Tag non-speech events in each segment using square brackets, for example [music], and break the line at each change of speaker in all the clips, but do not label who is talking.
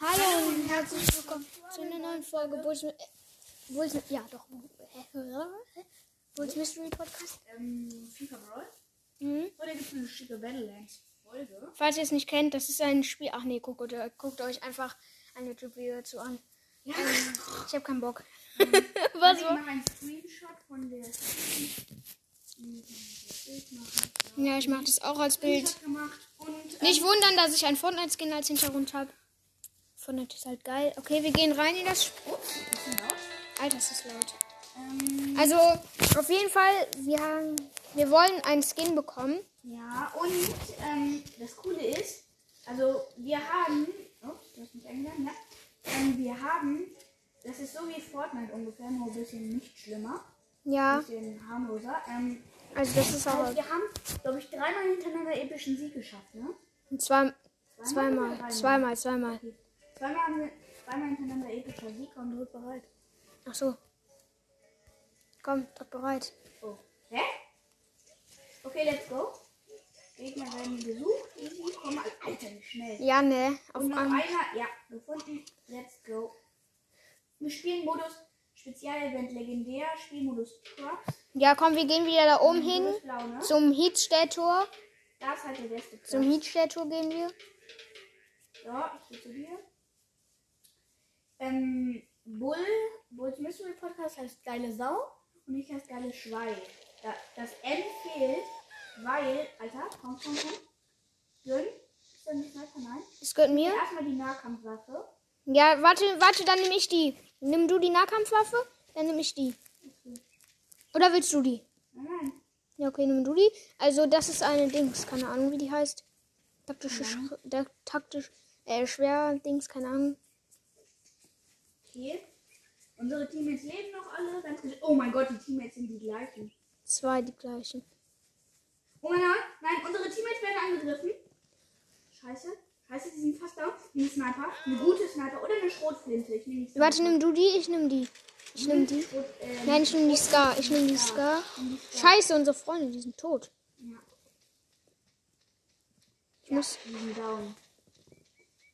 und herzlich willkommen zu einer neuen Folge Bulls, äh, Bulls ja doch, äh, Bulls Mystery Podcast.
ähm, FIFA Brawl.
Mhm.
Oder gibt es eine schicke Battlelands-Folge?
Falls ihr es nicht kennt, das ist ein Spiel, ach nee, guckt, oder, guckt euch einfach ein YouTube-Video dazu an. Ähm,
Ja.
Ich hab keinen Bock. [laughs] Was
ich
war?
mache einen Screenshot von der. Ich mache
Ja, ich mach das auch als
einen
Bild.
Screenshot gemacht und.
Nicht wundern, dass ich ein Fortnite-Skin als Hintergrund habe. Fortnite ist halt geil. Okay, wir gehen rein in das Spiel.
Ups, ein bisschen laut.
Alter, ist das laut.
Ähm,
Also, auf jeden Fall, wir, haben, wir wollen einen Skin bekommen.
ja, und ähm, das Coole ist, also wir haben. Ups, du hast mich eingeladen, ja. Ähm, wir haben. Das ist so wie Fortnite ungefähr, nur ein bisschen nicht schlimmer. Ein
Ja,
bisschen harmloser. Ähm,
also das ist
also
auch.
wir haben, glaube ich, dreimal hintereinander epischen Sieg geschafft, ne?
Zwei,
Zweimal oder
zweimal,
dreimal?
zweimal, zweimal.
Zweimal, haben wir- zweimal hintereinander epischer Sieg und dritt bereit.
Ach so. Komm, drück bereit.
Oh. Hä? Okay, let's go. Gegner werden gesucht. Easy, komm mal. Alter, wie schnell.
Ja, ne. Auf
Und noch
einmal.
einer. Ja, gefunden. Let's go. Wir spielen Modus Spezialevent Legendär. Spielmodus Trucks.
Ja, komm, wir gehen wieder da oben hin.
Modus Blau, ne?
Zum Heatstädtor.
Da ist halt der beste Platz.
Zum Heatstädtor gehen wir.
Ja, ich gehe zu dir. Ähm, Bull, Bulls Mystery Podcast heißt Geile Sau und ich heiße Geile Schwein. Da, das N fehlt, weil, Alter, komm, komm, komm. Gönn, ist da nicht weiter, nein.
Das gehört mir.
Erstmal die Nahkampfwaffe.
Ja, warte, warte, dann nehme ich die. Nimm du die Nahkampfwaffe, dann nehme ich die. Oder willst du die?
Nein, nein.
Ja, okay, nimm du die. Also, das ist eine Dings, keine Ahnung, wie die heißt. Taktische, Sch- da- taktisch, äh, schwer Dings, keine Ahnung.
Okay. Unsere Teammates leben noch alle. Ganz gut. Oh mein Gott, die Teammates sind die gleichen.
Zwei die gleichen.
Oh mein Gott, nein, unsere Teammates werden angegriffen. Scheiße. Scheiße, die sind fast down. Ein Sniper, eine gute Sniper oder eine Schrotflinte. Ich nehme die Sniper.
Warte, nimm du die, ich nimm die. Ich nimm die.
Schrot, ähm,
Nein, ich nehme die Scar. Ich nehme die Scar. Scheiße, unsere Freunde, die sind tot.
Ja.
Ich muss.
Die sind down.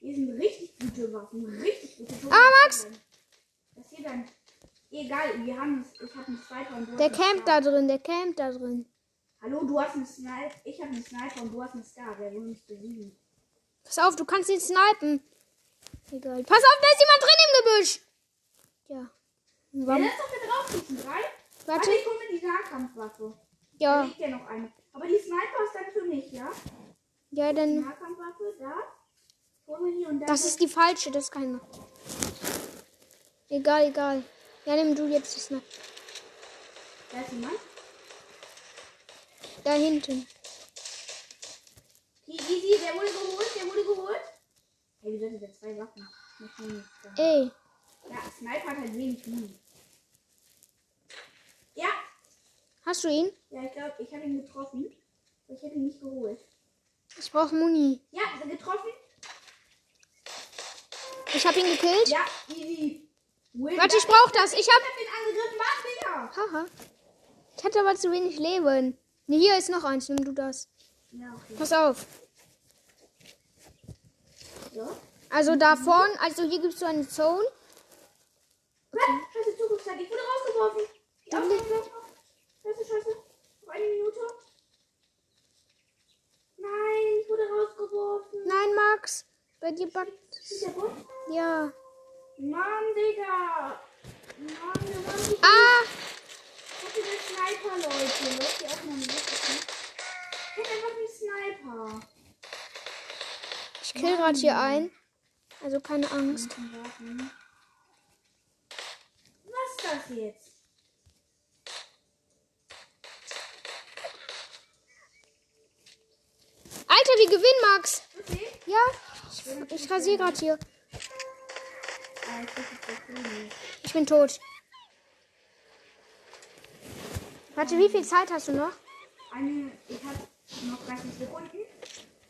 Die sind richtig gute Waffen. Richtig gute Waffen.
Ah, Max!
Das hier dann. Egal, wir haben es. Ich habe einen Sniper und du
Der
hast einen
campt
Scar.
da drin, der campt da drin.
Hallo, du hast einen Sniper. Ich habe einen Sniper und du hast einen Star. Wer will uns besiegen?
Pass auf, du kannst ihn snipen. Egal. Pass auf, da ist jemand drin im Gebüsch. Ja.
Ja,
Warum?
lass doch mit draufschießen. Drei.
Warte.
Warte, ich hole mir die Nahkampfwaffe. Da
Ja.
liegt ja noch eine. Aber die Sniper ist dann für mich, ja?
Ja, dann.
Nahkampfwaffe, da. Hol mir die und
Mhm.
dann.
Das ist die falsche, das ist keine. Egal, egal. Ja, nimm du jetzt die Sniper.
Da ist jemand.
Da hinten.
Die, die, die, der wurde geholt, der wurde geholt. Hey, wieso hat der zwei Waffen? Ich nehm nicht da.
Ey.
Ja, Sniper hat halt wenig Muni. Ja,
Hast du ihn?
ja, ich glaube, ich habe ihn getroffen. Aber ich hätte ihn nicht geholt.
Ich brauche Muni.
Ja, ist er getroffen?
Ich habe ihn gekillt.
Ja, easy. Win.
Warte, ich brauche das. Ich hab.
Ich hab ihn angegriffen. Mann,
Haha. Ich hatte aber zu wenig Leben. Ne, hier ist noch eins. Nimm du das.
Digga. Ja, okay.
Pass auf.
So.
Also da vorn, also hier gibt es so eine Zone.
Mann, scheiße, Zukunftszeit. Ich wurde rausgeworfen. Ich hab rausgeworfen. Scheiße, scheiße. Noch eine Minute. Nein, ich wurde rausgeworfen.
Nein, Max. Bei dir backt.
Ist der Bund?
Ja.
Mann, Digga! Mann, wir waren so
Ah!
gute Sniper, Leute. Wollt ihr auch mal mitbekommen? Ich hätte einfach einen Sniper.
Ich kill gerade hier ein. Also keine Angst.
Warten. Was ist das jetzt?
Alter, wir gewinnen, Max.
Okay.
Ja. Ich, ich rasiere gerade hier.
Ah, ich weiß jetzt das nicht.
Ich bin tot. Warte, wie viel Zeit hast du noch?
Eine, ich habe noch 30 Sekunden.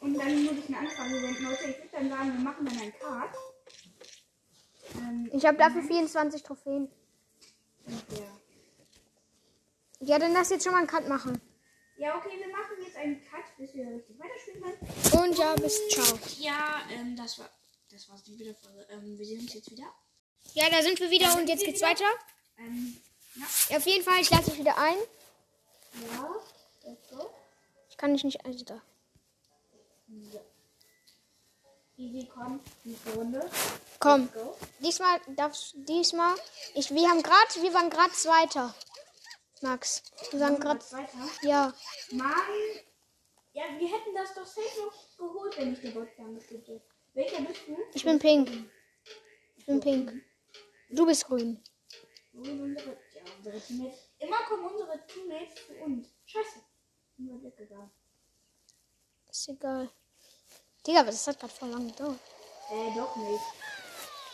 Und dann muss ich eine Anfrage senden. Leute, ich würde dann sagen, wir machen dann einen Card. Ähm,
Ich habe dafür 24 Trophäen.
ja.
Ja, dann lass jetzt schon mal einen Cut machen.
ja, okay, wir machen jetzt einen Cut, bis wir richtig weiterspielen können.
Und ja, bis ciao.
Ja, ähm, das war. das war's mit der Folge. Ähm, wir sehen uns jetzt wieder.
Ja, da sind wir wieder und jetzt geht's weiter.
Ähm, ja.
Auf jeden Fall, ich lade dich wieder ein.
Ja, let's go.
Ich kann dich nicht. Also da.
Ja. Easy, komm, nächste Runde.
Komm.
Go.
Diesmal darfst diesmal. Ich, wir haben gerade, wir waren gerade Zweiter. Max. Wir waren gerade.
Geht's weiter.
Ja.
Mann! Ja, wir hätten das doch safe noch geholt, wenn ich den Wolfgang mitgebracht hätte. Welcher bist du?
Ich bin pink. Ich bin pink. Du bist grün.
Wo sind unsere, ja, unsere Teammates? Immer kommen unsere Teammates zu uns. Scheiße. Sind wir weggegangen.
Ist egal. Digga, aber das hat gerade voll lange gedauert.
Äh, doch nicht.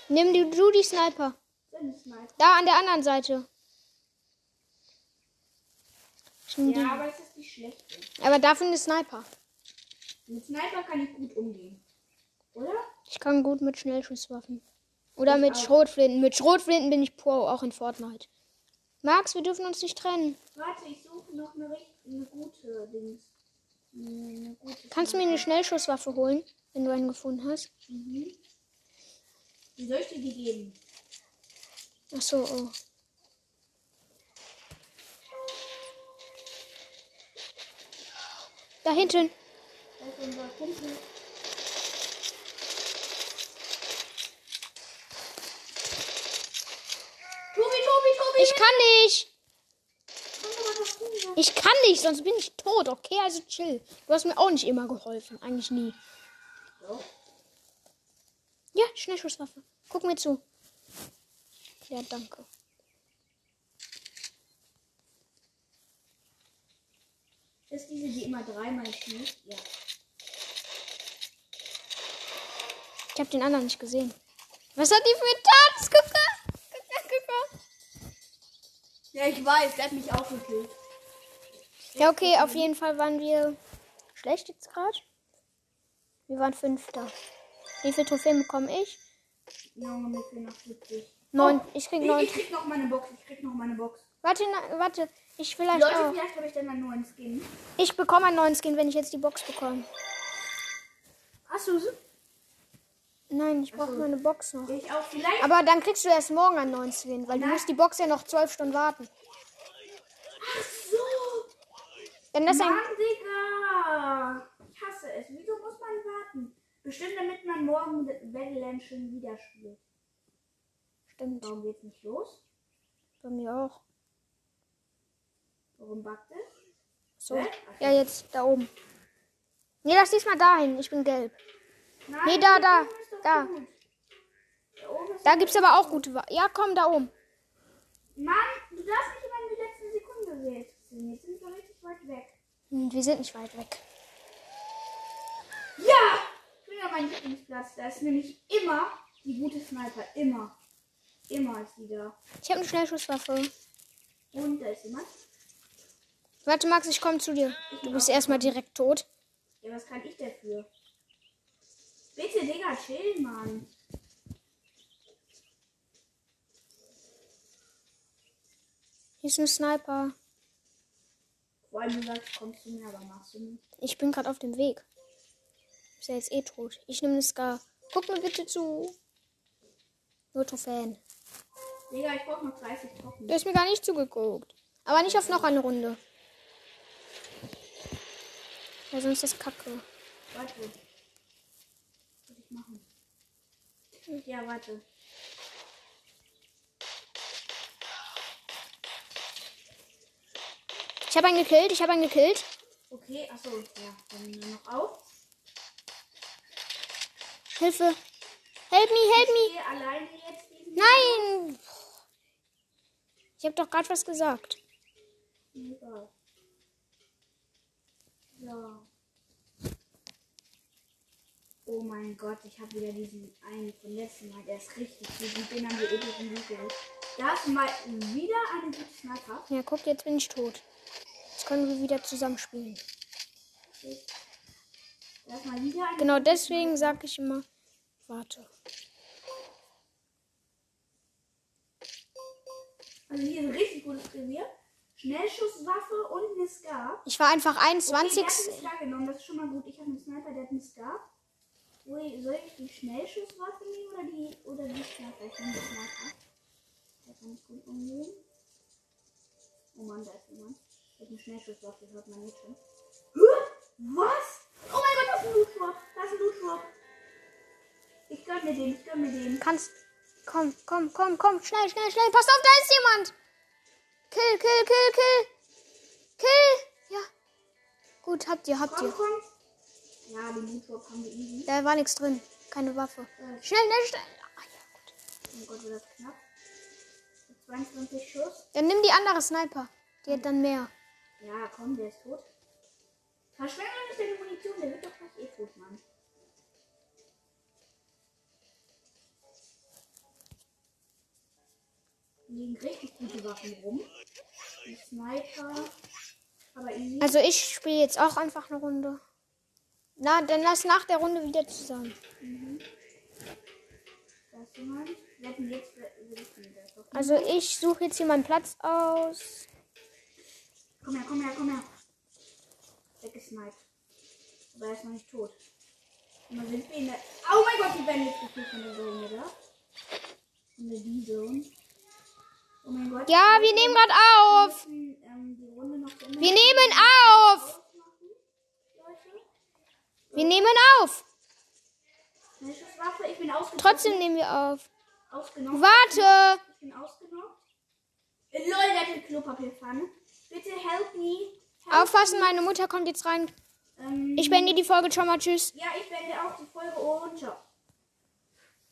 Nimm die, du die Sniper.
Sind Sniper.
Da an der anderen Seite. Ich nehm
Ja, aber es ist die schlechte.
die. Aber dafür eine Sniper.
Mit Sniper kann ich gut umgehen. Oder?
Ich kann gut mit Schnellschusswaffen. Oder mit Schrotflinten. Mit Schrotflinten bin ich Pro, auch in Fortnite. Max, wir dürfen uns nicht trennen.
Warte, ich suche noch eine, richt- eine gute Dings. Eine gute.
Kannst du mir eine Schnellschusswaffe holen, wenn du einen gefunden hast?
Mhm. Wie soll ich dir die geben?
Ach so, oh. Da hinten.
Das ist unser Kumpel. Tobi, Tobi, Tobi!
Ich kann nicht.
komm doch mal nach Kuba.
Ich kann nicht, sonst bin ich tot. Okay, also chill. Du hast mir auch nicht immer geholfen. Eigentlich nie.
So.
Ja, Schnellschusswaffe. Guck mir zu. Ja, danke.
Das ist diese, die immer dreimal schießt. Ja.
Ich habe den anderen nicht gesehen. Was hat die für einen Tanz? Guck mal. Guck mal, guck mal.
Ja, ich weiß, der hat mich auch gekillt.
Ja, okay, auf jeden Fall waren wir schlecht jetzt gerade. Wir waren Fünfter. Wie viele Trophäen bekomme ich?
Junge, mir fehlen noch 70.
Neun. Ich krieg
Ich, [laughs]
neun.
ich krieg noch meine Box, ich krieg noch meine Box.
Warte, na, warte. Ich vielleicht
Leute,
auch.
vielleicht habe ich dann mal nur einen Skin.
Ich bekomme einen neuen Skin, wenn ich jetzt die Box bekomme.
Hast du so?
Nein, ich brauche
so.
meine Box noch.
Ich auch vielleicht.
Aber dann kriegst du erst morgen einen neuen Skin, weil du
Nein.
musst die Box ja noch zwölf Stunden warten.
Ach so.
Denn das ist ein...
Mann, Digga! Ich hasse es. Wieso muss man warten? Bestimmt, damit man morgen Battleland schon wieder spielt.
Stimmt,
Warum geht's nicht los?
bei mir auch.
Warum backt es?
So.
Hä?
Ja, jetzt da oben. Nee, lass diesmal dahin. Ich bin gelb.
Nein,
Nee, da,
hier
da,
oben ist doch
da.
Gut. Da oben ist
Da
doch-
gibt's aber auch gute Wa Ja, komm, da oben.
Mann, du darfst nicht immer in die letzten Sekunden sehen. Jetzt sind wir richtig weit weg.
Hm, wir sind nicht weit weg.
Ja! Ich bin an meinem Lieblingsplatz. Da ist nämlich immer die gute Sniper. Immer. Immer ist die da.
Ich habe eine Schnellschusswaffe.
Und da ist jemand.
Warte, Max, ich komme zu dir. Du bist erstmal direkt tot.
Ja, was kann ich dafür? Bitte, Digga, chill, Mann.
Hier ist ein Sniper.
Vor allem, du sagst, kommst du mir, aber machst du nicht.
Ich bin gerade auf dem Weg. Ist ja jetzt eh tot. Ich nehme eine Scar. Guck mir bitte zu. Nur Trophäen.
Digga, ich brauch noch 30 Trocken.
Du hast mir gar nicht zugeguckt. Aber nicht auf noch eine Runde. Ja, sonst ist Kacke.
Warte. Was soll ich machen? Ja, warte.
Ich habe einen gekillt, ich habe einen gekillt.
Okay, achso, ja, dann nur noch auf.
Hilfe. Help me, help me.
Ich gehe alleine jetzt diesen.
Nein. Ich habe doch gerade was gesagt.
Egal. So. Oh mein Gott, ich habe wieder diesen einen von letzten Mal. Der ist richtig gut. Und den haben wir ewig im Weg gehabt. Da ist mal wieder eine gute Sniper.
Ja, guck, jetzt bin ich tot. Jetzt können wir wieder zusammenspielen.
Da ist mal wieder eine.
Genau deswegen sage ich immer, warte.
Also hier ein richtig gutes Revier. Schnellschusswaffe und eine Scar.
Ich war einfach
Okay,
21.
der hat eine Scar genommen, das ist schon mal gut. Ich habe einen Sniper, der hat eine Scar. Ui, soll ich die Schnellschusswaffe nehmen oder die oder die Schlafwaffe? Ich nehme die Schlafwaffe. Da kann ich gut umgehen. Oh Mann, da ist jemand. Mit einer Schnellschusswaffe hört man nicht schon. Hä? Was? Oh mein Gott, das ist ein Lootschwab. Das ist ein Lootschwab. Ich gönn mir den, ich gönn mir den.
Kannst. Komm, komm, komm, komm. Schnell, schnell, schnell. Pass auf, da ist jemand. Kill, kill, kill, kill. Kill. Ja. Gut, habt ihr, habt
Komm,
ihr.
komm. Ja, den Lootschwab haben wir easy.
Da war nichts drin. Keine Waffe.
Äh,
Schnell, schnell, schnell. Ah, ja, gut.
Oh mein Gott, war das knapp. 22 Schuss.
Dann nimm die andere Sniper. Die hat dann mehr.
Ja, komm, der ist tot. Verschwende nicht deine Munition, der wird doch gleich eh tot, Mann. Hier Liegen richtig gute Waffen rum. Ein Sniper. Aber easy.
Also ich spiele jetzt auch einfach eine Runde. Na, dann lass nach der Runde wieder zusammen.
Da ist jemand. Wetten jetzt, wetten das doch.
Also ich suche jetzt hier meinen Platz aus.
Komm her, komm her, komm her. Weggesniped. Aber er ist noch nicht tot. Und dann sind wir in der. Oh mein Gott, die werden jetzt gefühlt von der Zone, oder? Von der D-Zone. Oh mein Gott.
Ja, wir nehmen gerade auf.
Wir müssen ähm, die Runde noch zu Ende
Wir nehmen auf.
machen, Leute.
Wir nehmen auf.
Eine Schusswaffe, ich bin ausgenommen.
Trotzdem nehmen wir auf.
Ausgenommen.
Warte.
Ich bin ausgenommen. Äh, Lol, der hat eine Klopapierpfanne. Bitte help me. Help
Aufpassen, meine Mutter kommt jetzt rein.
Ähm,
Ich beende die Folge schon mal. Tschüss.
Ja, ich beende auch die Folge und ciao.